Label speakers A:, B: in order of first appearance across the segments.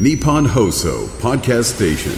A: Nippon Hoso Podcast Station.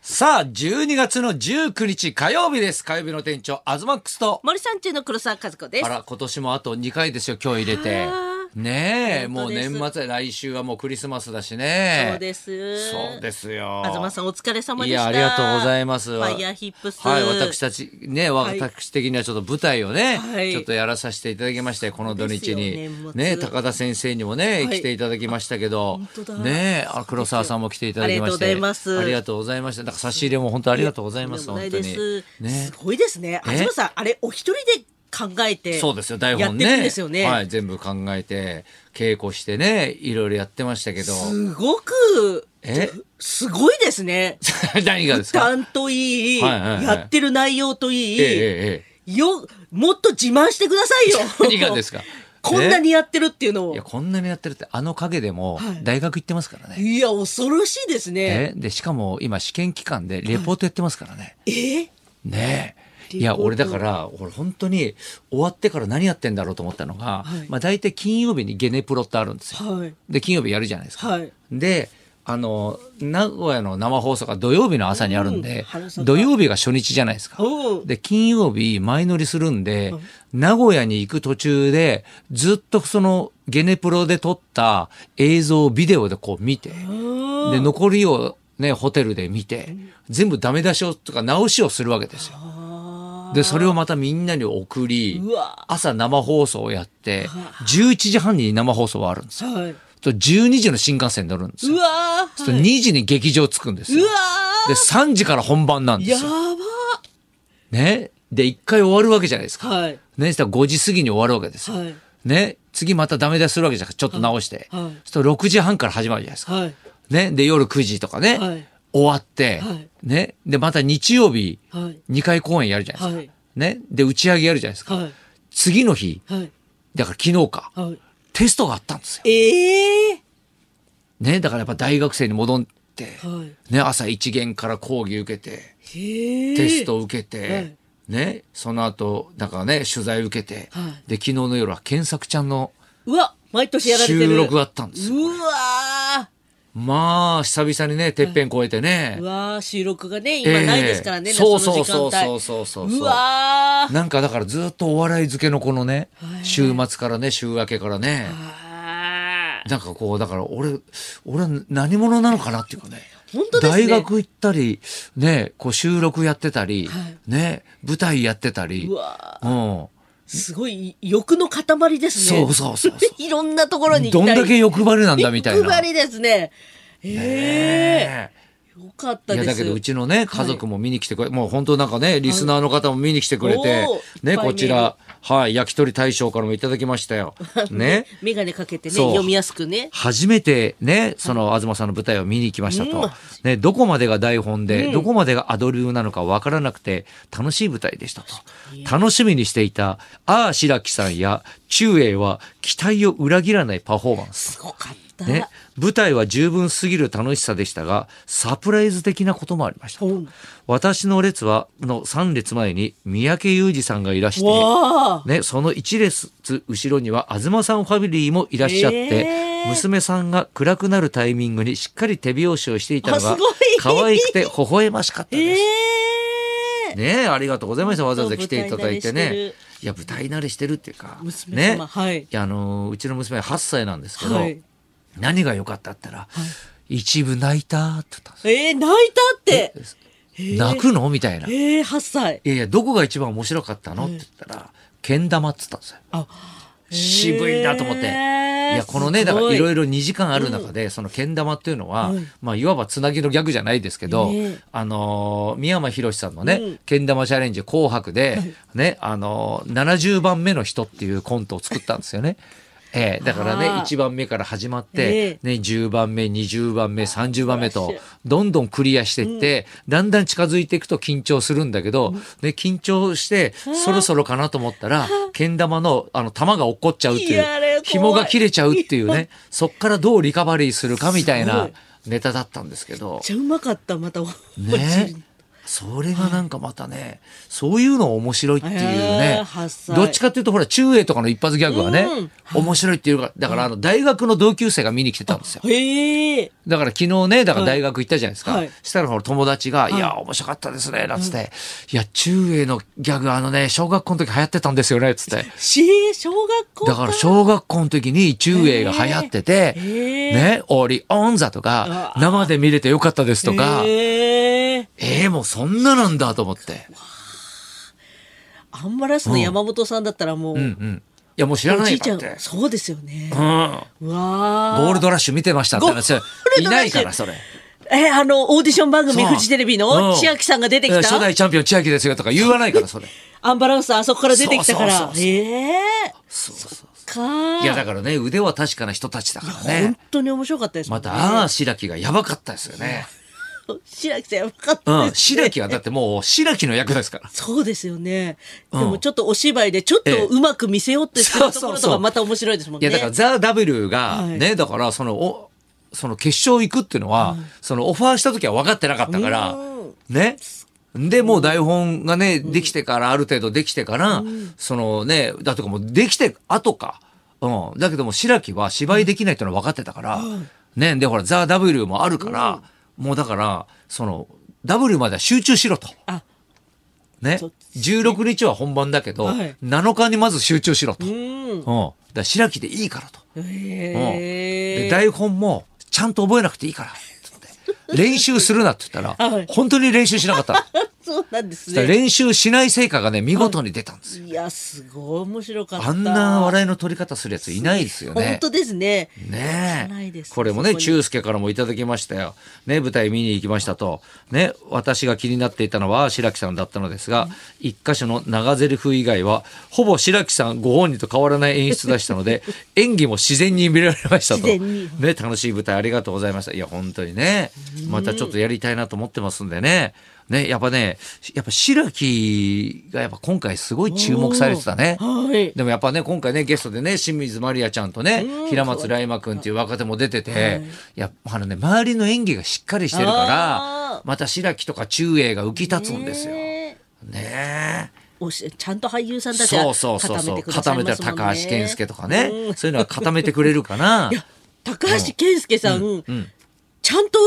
B: さあ、12月の19日火曜日です。火曜日の店長、アズマックスと。
C: 森さん中の黒沢和子です
B: あ。ら、今年もあと2回ですよ、今日入れて
C: あ。
B: ねえ、も
C: 本
B: う
C: 当です
B: 年末、来週はもうクリスマスだしね。
C: そうです。
B: そうですよ。
C: 東さんお疲れ様で
B: い
C: した。
B: や、ありがとうございます。
C: ファイヤーヒップス。
B: はい、私たち、ね、私的にはちょっと舞台をね、
C: はい
B: ちょっとやらさせていただきまして、この土日に
C: そうですよ。年
B: ね、
C: 末
B: 高田先生にもね、
C: はい
B: 来ていただきましたけど
C: 本当、だ
B: ね、あ黒沢さんも来ていただきまして。
C: ありがとうございます
B: ありがとうございました。なんか差し入れも本当ありがとうございます、
C: とん
B: 本
C: でも
B: 当
C: ない
B: に
C: です。。
B: ね
C: す。ごいですね。
B: え
C: 東さん、あれ、お一人で考えて。
B: そうですよ、台本ね。
C: やってるんですよね。
B: はい、全部考えて、稽古してね、いろいろやってましたけど。
C: すごく、
B: え
C: すごいですね。
B: 何がですか
C: 担といい,、
B: はいはいはい
C: やってる内容といい、
B: ええええええ
C: よ、もっと自慢してくださいよ。
B: 何がですか
C: こんなにやってるっていうのを。
B: いや、こんなにやってるって、あの影でも
C: はい、
B: 大学行ってますからね。
C: いや、恐ろしいです
B: え
C: ね。
B: で、しかも今試験期間でレポートやってますからね。
C: え
B: ねえ。
C: レポート
B: いや、俺だから、俺本当に終わってから何やってんだろうと思ったのが、
C: はい
B: まあ大体金曜日にゲネプロってあるんですよ。
C: はい。
B: で、金曜日やるじゃないですか。
C: はい
B: で、あの、名古屋の生放送が土曜日の朝にあるん
C: うん
B: で、
C: 春先
B: 土曜日が初日じゃないですか
C: お。う
B: で、金曜日前乗りするんで、名古屋に行く途中で、ずっとそのゲネプロで撮った映像をビデオでこう見て、で、残りをね、ホテルで見て、全部ダメ出しをとか直しをするわけですよ。で、それをまたみんなに送り
C: うわ、
B: 朝生放送をやって、11時半に生放送はあるんですよ
C: はい。
B: と12時の新幹線に乗るんです
C: う
B: よ。
C: わー。
B: と2時に劇場着くんです
C: う
B: よ
C: わ。
B: で、3時から本番なん
C: ー
B: で
C: や
B: すよ。
C: ば
B: ね。で、1回終わるわけじゃないですか。
C: はい
B: ね。したら5時過ぎに終わるわけですよ。
C: はい
B: ね。次またダメ出しするわけじゃなくて、ちょっと直して。
C: はいはい
B: そしたら6時半から始まるじゃないですか。
C: ーはい。
B: ね。で、夜9時とかね。
C: はい
B: 終わって、
C: はい
B: ね。で、また日曜日、
C: はい
B: 2回公演やるじゃないですか。
C: はい
B: ね。で、打ち上げやるじゃないですか。
C: はい。
B: 次の日、
C: はい。
B: だから昨日か、
C: はい。
B: テストがあったんですよ。
C: ええ
B: ね。だからやっぱ大学生に戻って、
C: ー。はい。
B: ね、朝一限から講義受けて、
C: へえ。
B: テスト受けて、
C: はい
B: ね、その後、なんかね、取材受けて、
C: はい
B: で、昨日の夜は健作ちゃんの
C: うわ、毎年やられてる。
B: 収録があったんですよ。
C: うわ
B: まあ、久々にね、てっぺん越えてね
C: ー。う、わー収録がね、
B: え
C: 今
B: え
C: ないですからね、夏
B: そ
C: の
B: うそう
C: 時間
B: そう
C: 帯。
B: そうそうそうそう
C: うわー
B: なんかだからずっとお笑い漬けのこのね、
C: はい
B: 週末からね、週明けからね、
C: あー
B: なんかこう、だから俺、俺は何者なのかなっていうかね。
C: 本当です
B: 大
C: ね
B: 学行ったり、ね、こう収録やってたり、ね、舞台やってたり、
C: うわ
B: うん。
C: ーすごい欲の塊ですね。
B: そうそうそうそ
C: いろんなところに
B: ど
C: 行き
B: ん
C: たい
B: だけ欲張りなんだみたいな。
C: 欲張りですね。ええ
B: ね
C: ー。よかっ
B: え
C: た
B: い
C: で
B: や
C: す。
B: だけどうちのね家族も見に来てくれ、もう本当なんかねリスナーの方も見に来てくれて、
C: おーい
B: ね
C: っぱい
B: こちらはい焼き鳥大将からもいただきました よ。ね
C: 眼鏡かけてね、
B: そう
C: 読みやすくね。
B: 初めてねその東さんの舞台を見に行きましたと、
C: うん
B: ね、どこまでが台本で、どこまでがアドリブなのかわからなくて楽しい舞台でしたと楽しみにしていたああ白木さんや中英は期待を裏切らないパフォーマンス
C: すごかった。
B: ね、舞台は十分すぎる楽しさでしたがサプライズ的なこともありました、
C: うん
B: 私の列はの3列前に三宅裕二さんがいらして
C: わあ。
B: ね、その1列後ろには東さんファミリーもいらっしゃって、
C: えー
B: 娘さんが暗くなるタイミングにしっかり手拍子をしていたの
C: あ
B: が
C: すごい
B: 可愛くて微笑ましかった
C: え
B: で
C: え
B: す。ねありがとうございました。わざわざ来ていただいて
C: 舞台慣れして
B: ね
C: る。
B: いや、舞台慣れしてるっていうか。
C: 娘様
B: ね。
C: はい
B: や、あのー、うちの娘は8歳なんですけど、
C: はい
B: 何が良かったって言ったら、一部泣いたって言ったんです
C: ええ泣いたって。
B: よ。泣くのみたいな。い
C: ええ八8歳。
B: やいや、どこが一番面白かったのって言ったら、けん玉って言ったんですよ。渋いなと思って。
C: えー
B: いや、このね、
C: す
B: だ
C: ご
B: からいろ
C: い
B: いろ2時間ある中で、そのけん玉っていうのは、まあ、いわばつなぎのギャグじゃないですけど、
C: ええ
B: あのー、三山ひろしさんのね、けん玉チャレンジ紅白で、ね、あのー、70番目の人っていうコントを作ったんですよ ね。ええだからね、
C: あー
B: 1番目から始まって
C: ええ、
B: ね、10番目、20番目、30番目と、どんどんクリアしていって、だんだん近づいていくと緊張するんだけど、ね、緊張して、そろそろかなと思ったら、けん玉の、あの、玉が落っこっちゃうってい
C: いうやあれ、怖い
B: 紐が切れちゃうっていうね、そっからどうリカバリーするかみたいなネタだったんですけど
C: めっ、ちゃうまかった、また。
B: ね、それがなんかまたね、そういうの面白いっていう
C: へー
B: ね
C: 発。散
B: どっちかっていうと、ほら、中英とかの一発ギャグはね、面白いっていうか、だからあの、大学の同級生が見に来てたんですよ。
C: へえ。
B: だから昨日ね、だから大学行ったじゃないですか。
C: はい
B: したらほら友達が、い、や、面白かったですね、なんつって、いや、中英のギャグ、あのね、小学校の時流行ってたんですよね、つって。
C: し、小学校
B: だから小学校の時に中英が流行ってて、
C: へーへー
B: ね、オリオン座とか、生で見れてよかったですとか、
C: へえ。
B: えー、もうそんななんだと思って。
C: アンバランスの山本さんだったらもう、
B: うんうん。いや、もう知ら
C: お
B: な
C: じ
B: い
C: いち
B: か
C: ゃ
B: っ
C: ん
B: て、。
C: そうですよね
B: う。ん。
C: うわー
B: ゴールドラッシュ見てましたって話
C: ゴール
B: い
C: ドラ
B: な
C: ッシュ
B: いから、それ。
C: え、あの、オーディション番組、
B: そう
C: フジテレビ
B: う
C: の千秋さんが出てき
B: 初
C: た
B: 代チャンピオン千秋ですよとか言わないから、それ。
C: アンバランスあそこから出てきたか
B: そう
C: ら
B: そう。そうそう
C: ええ。
B: そうそうそう。
C: か
B: いやだ
C: か
B: からね腕は確かな人たちだから
C: 本
B: ね
C: 当に面白かったですも
B: ま
C: んね。
B: たああ白木がやばかったですよね
C: 白木さんやばかった
B: う
C: で
B: ん
C: す。
B: 白木はだってもう白木の役ですから
C: そうですよね。で
B: うん
C: もちょっとお芝居でちょっ
B: ええ
C: とうまく見せようってする
B: そ
C: と
B: うそ
C: こ
B: う
C: ろ
B: そ
C: と
B: う
C: かまた面白いですもん
B: い
C: ね。
B: やだからザ・ W が
C: はい
B: ねだからそのおその決勝行くっていうのはそのオファーした時は分かってなかったから
C: うん
B: ねでもう台本がねできてからある程度できてからそのねだとかもうできて後かうんだけども白木は芝居できないっていうのは分かってたからねでほらザ・ W もあるからもうだからその W までは集中しろと。
C: あ
B: ね
C: そうで、
B: 16日は本番だけど、
C: はい
B: 7日にまず集中しろと。うん。
C: うん。
B: だから白木でいいからと。
C: へ
B: で
C: え。
B: 台本もちゃんと覚えなくていいからつって練習するなって言ったら、
C: はい
B: 本当に練習しなかったのだか
C: そうなんです
B: ら
C: ね。
B: 練習しない成果がね見事に出たんですよ、
C: いや、すごい面白かった。
B: あんな笑いの取り方するやついないですよ
C: 本
B: ね
C: 当ですね。
B: ね
C: 少ない
B: え
C: で、す
B: これも
C: そ
B: ね
C: こに
B: 中介からもいただきましたよ、ね、舞台見に行きましたと、ね、私が気になっていたのは白木さんだったのですが一箇所の長台詞以外はほぼ白木さんご本人と変わらない演出でしたの で演技も自然に見られましたと、
C: 自然に
B: ね、楽しい舞台ありがとうございましたいや本当にねまたちょっとやりたいなと思ってますんでね。ね、やっぱね、やっぱ白木がやっぱ今回すごい注目されてたね。
C: はい。
B: でもやっぱね今回ねゲストでね清水まりやちゃんとね平松来馬君っていう若手も出てて、い、やあのね周りの演技がしっかりしてるから
C: あ
B: また白木とか中英が浮き立つんですよ。ね
C: ねえ
B: え。
C: おしちゃんと俳優さんたちが
B: そうそうそう
C: 固
B: そ
C: め
B: う
C: てくださ
B: 固
C: い
B: め
C: ま
B: た
C: すもんね
B: 高橋健介とかね、
C: うん
B: そういうのは固めてくれるかな。
C: いや高橋健介さん、ちゃんと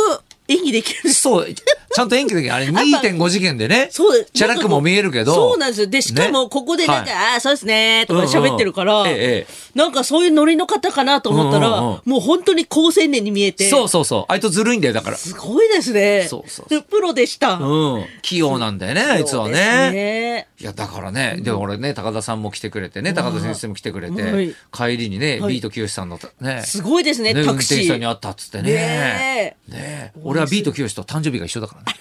C: 演技できる。
B: そうちゃんと演技的にあれ2.5次元でね
C: そう
B: チャラくも見えるけど
C: そうなんですよ。で、しかも、ここでなんか、
B: ね
C: ああ、そうですね、とか喋ってるか
B: うんう
C: ら、
B: んえええ
C: なんかそういうノリの方かなと思ったら、
B: うんうんうん
C: もう本当に高青年に見えて、
B: そうそうそうあいつずるいんだよだから。
C: すごいですね。
B: そうそうそ
C: でプロでした。
B: うん、器用なんだよねあいつは
C: そうですね。
B: いやだからね、で俺ね高田さんも来てくれてね高田先生も来てくれて、
C: はい
B: 帰りにね、ビートきよしさんのね
C: すごいですね、
B: ね
C: タ
B: 運
C: ク
B: 転手
C: シ
B: さんに
C: ー。
B: 会ったっつってね
C: ね
B: ねえ俺はビートきよしと誕生日が一緒だから ね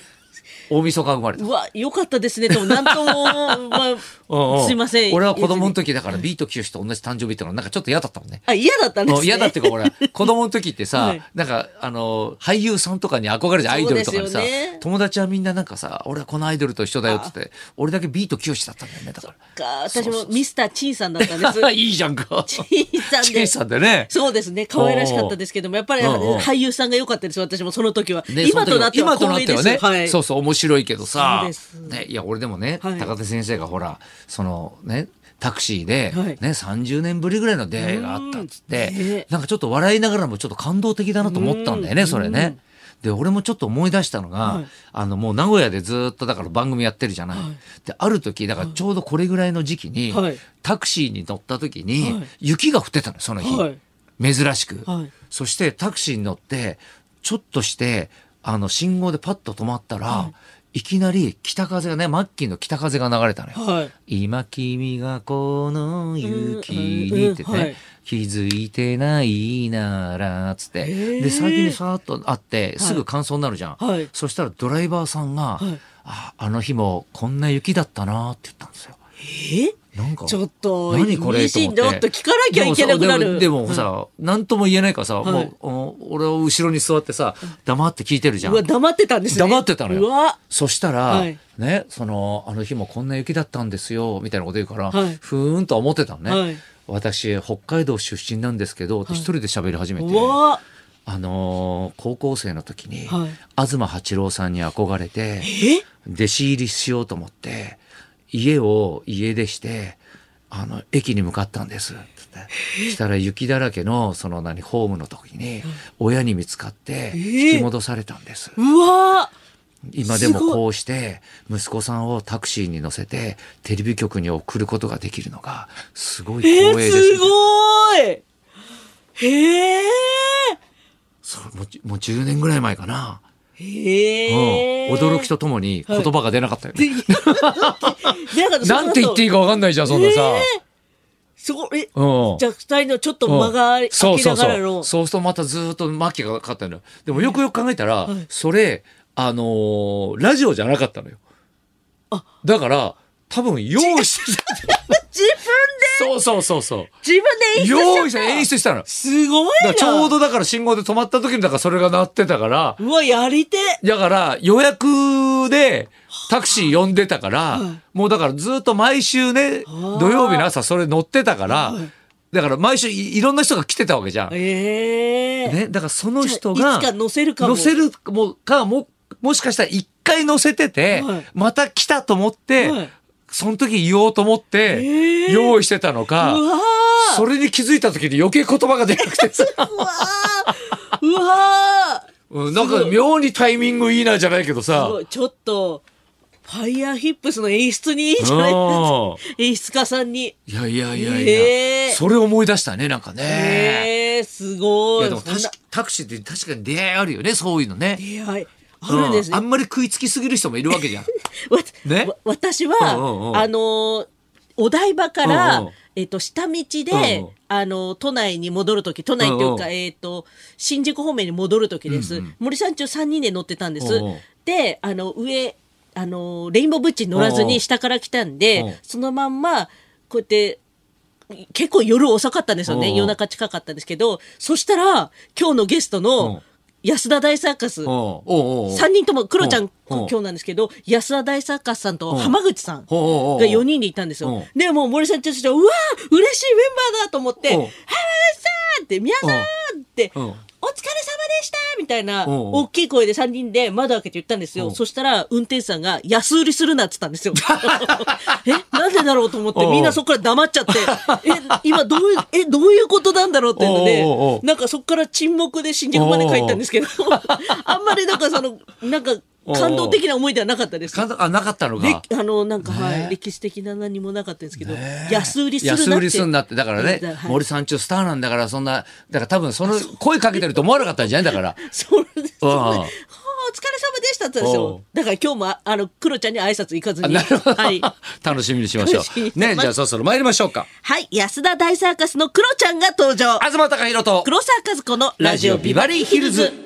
B: 大晦日生まれた
C: う。わ、良かったですね、とも、なんとも、
B: う
C: ま
B: う
C: あ、すいません。
B: 俺は子供の時だからビートきよしと同じ誕生日ってのはなんかちょっと嫌だったもんね
C: あ、嫌だったんです、
B: も
C: ね。
B: う嫌だっていうか 俺子供の時ってさ、
C: はい
B: なんかあの俳優さんとかに憧れてアイドルとかに
C: そ
B: さ、
C: うですよね
B: 友達はみんななんかさ俺はこのアイドルと一緒だよっつって俺だけビートきよしだったんだよねだから。
C: か私もミスターチンさんだったんです。
B: いいじゃん か。
C: チンさんで
B: チンさんでね。
C: そうですね可愛らしかったですけどもやっぱり
B: うんうん
C: 俳優さんが良かったです私もその時は、
B: ね
C: 今となっては
B: その
C: 光
B: 時
C: 栄で
B: 今とな
C: す
B: ってはね、
C: はい、
B: そうそう面白いけどさ
C: そうです、
B: ね、いや俺でもね、
C: はい
B: 高田先生がほらそのねタクシーで、
C: はい
B: ね30年ぶりぐらいの出会いがあったっつって、
C: うんね
B: なんかちょっと笑いながらもちょっと感動的だなと思ったんだよね、それね。で俺もちょっと思い出したのが、
C: はい
B: あのもう名古屋でずっとだから番組やってるじゃない。である時だからちょうどこれぐらいの時期に、
C: はい
B: タクシーに乗った時に、
C: はい
B: 雪が降ってたのその日。
C: はい
B: 珍しく、
C: はい
B: そしてタクシーに乗ってちょっとしてあの信号でパッと止まったら、い、きなり北風がねマッキーの北風が流れたのよ。
C: はい
B: 今君がこの雪にってね、
C: うんうんうんはい
B: 気づいてないならつって、
C: へえ
B: で先にさーっと会ってすぐ感想になるじゃん、
C: はい
B: そしたらドライバーさんが、
C: はい
B: あ「あの日もこんな雪だったな」って言ったんですよ。
C: え
B: なんか
C: ちょっと
B: 何これ
C: いい
B: と
C: シー
B: 思
C: ン
B: って
C: ちょっと聞かなきゃいけなくなる
B: でもでもさ、何とも言えないからさ、
C: い
B: もうお俺を後ろに座ってさ黙って聞いてるじゃ
C: うわ
B: ん
C: 黙ってたんですね
B: 黙ってたのよ
C: うわ
B: そしたら、
C: はい
B: ねその「あの日もこんな雪だったんですよ」みたいなこと言うから、
C: はい
B: ふーんとは思ってたのね、
C: はい
B: 私北海道出身なんですけどって一人で喋り始めて、
C: うわ
B: あのー高校生の時に、
C: はい
B: 東八郎さんに憧れて
C: え
B: 弟子入りしようと思って家を家出してあの駅に向かったんですって言ってしたら雪だらけのその何ホームの時に親に見つかって引き戻されたんです。
C: うわ
B: 今でも
C: すごい
B: こうして息子さんをタクシーに乗せてテレビ局に送ることができるのがすごい
C: ーえ
B: 光栄
C: ー、
B: です
C: すごいへえ
B: そうもうじもう10年ぐらい前かな、
C: へえ、
B: うん、驚きとともに言葉が出なかったよね、
C: でなんかその後
B: なんて言っていいか分かんないじゃんそんなさ、
C: すごいえ
B: うん
C: じゃあ二人のちょっと
B: うん
C: 間が空
B: そう
C: き
B: そ
C: な
B: うそ
C: がら
B: う
C: の
B: そうするとまたずーっとマッキーがかかったんだよでもよくよく考えたら、それあのーラジオじゃなかったのよ
C: あ
B: だから多分用意して た
C: 自分
B: そうそうそうそ
C: 自分で
B: う
C: 演
B: 用
C: 出
B: 意
C: し
B: し
C: ちゃ
B: て
C: った
B: 演出したの
C: すごい
B: だか
C: な
B: らちょうどだから信号で止まった時にだからそれが鳴ってたから、
C: うわやりて
B: だから予約でタクシー呼んでたから、もうだからずっと毎週ね、
C: はあ
B: 土曜日の朝それ乗ってたから
C: はい、
B: だから毎週いいろんな人が来てたわけじゃん。
C: ええ
B: ね、だからその人
C: じゃ
B: が
C: あいつか乗せるかも
B: 乗せるかもかももしかしたら一回乗せてて、
C: はい
B: また来たと思って、
C: はい
B: その時言おうと思って、
C: へえ
B: 用意してたのか
C: うわー
B: それに気づいた時に余計言葉が出なくて さ。
C: うわーうわー
B: うん、なんか妙にタイミングいいなじゃないけどさ。
C: すご
B: うん
C: いちょっとファイヤーヒップスの演出にいいんじゃない演出家さんに
B: いやいやいやいや、
C: えー
B: それ思い出したね、なんかね。
C: えー、すご
B: い
C: い
B: やでも
C: そんな
B: 確かタクシーって確かに出会いあるよね、そういうのね。
C: 出会いあるんです
B: う
C: ね
B: あんまり食いつきすぎる人もいるわけ じゃん。
C: わ
B: ね
C: わ私は、
B: うんうんうん
C: あのーお台場から、
B: うんうん
C: えっと下道で、
B: うんうん
C: あのー都内に戻る時都内っていうか、
B: うんうん
C: えっと新宿方面に戻る時です、森山中3人で乗ってたんです、
B: うんうん
C: であの上あのーレインボーブッチに乗らず
B: うんうん
C: に下から来たんで、
B: うん
C: そのまんまこうやって結構夜遅かったんですよね、
B: うんうん
C: 夜中近かったんですけどそしたら今日のゲスト
B: うん
C: の安田大サーカス、
B: うんおうおうおう
C: 3人とも、クロちゃん、
B: うんうん
C: 今日なんですけど、安田大サーカスさんと
B: うん
C: 浜口さんが
B: おうおうおう
C: 4人でいたんです
B: うん
C: よ。で、もう森さんちょっと、うわー嬉しいメンバーだと思って、
B: うん
C: 浜口さんって、皆さんって、
B: うん
C: お疲れ様でしたみたいな、
B: うんうん
C: 大きい声で3人で窓開けて言ったんです
B: う
C: よ。
B: ん
C: そしたら、運転手さんが、安売りするなって言った んですよ。え、なんでだろうと思って、みんなそこから黙っちゃって、え、今どういう、え、どういうことなんだろうっていうので、
B: おうおうおう
C: なんかそこから沈黙で新宿まで帰ったんですけど、 あんまりなんかその、なんか感動的な思いではなかったです。
B: 感動あ、なかったの
C: で
B: か。
C: あの、なんか、はい
B: ね
C: 歴史的な何もなかったんですけど、
B: ねえ
C: 安売りするなって。
B: 安売りするなって。だからね、
C: はい
B: 森さん中スターなんだから、そんな、だから多分その声かけてると思わなかったんじゃないだから。
C: そうです。
B: うん
C: はあお疲れ様でしたって言ったんです
B: お
C: よ
B: う。
C: だから今日もあ、あの、クロちゃんには挨拶行かず
B: あ
C: に。
B: なるほど、
C: はい。
B: 楽しみにしましょ
C: 楽しみにし
B: う。
C: ます
B: ね、じゃあそろそろ参りましょうか。
C: はい。安田大サーカスのクロちゃんが登場。
B: 東隆弘と
C: 黒沢和子の
B: ラジオビバリーヒルズ。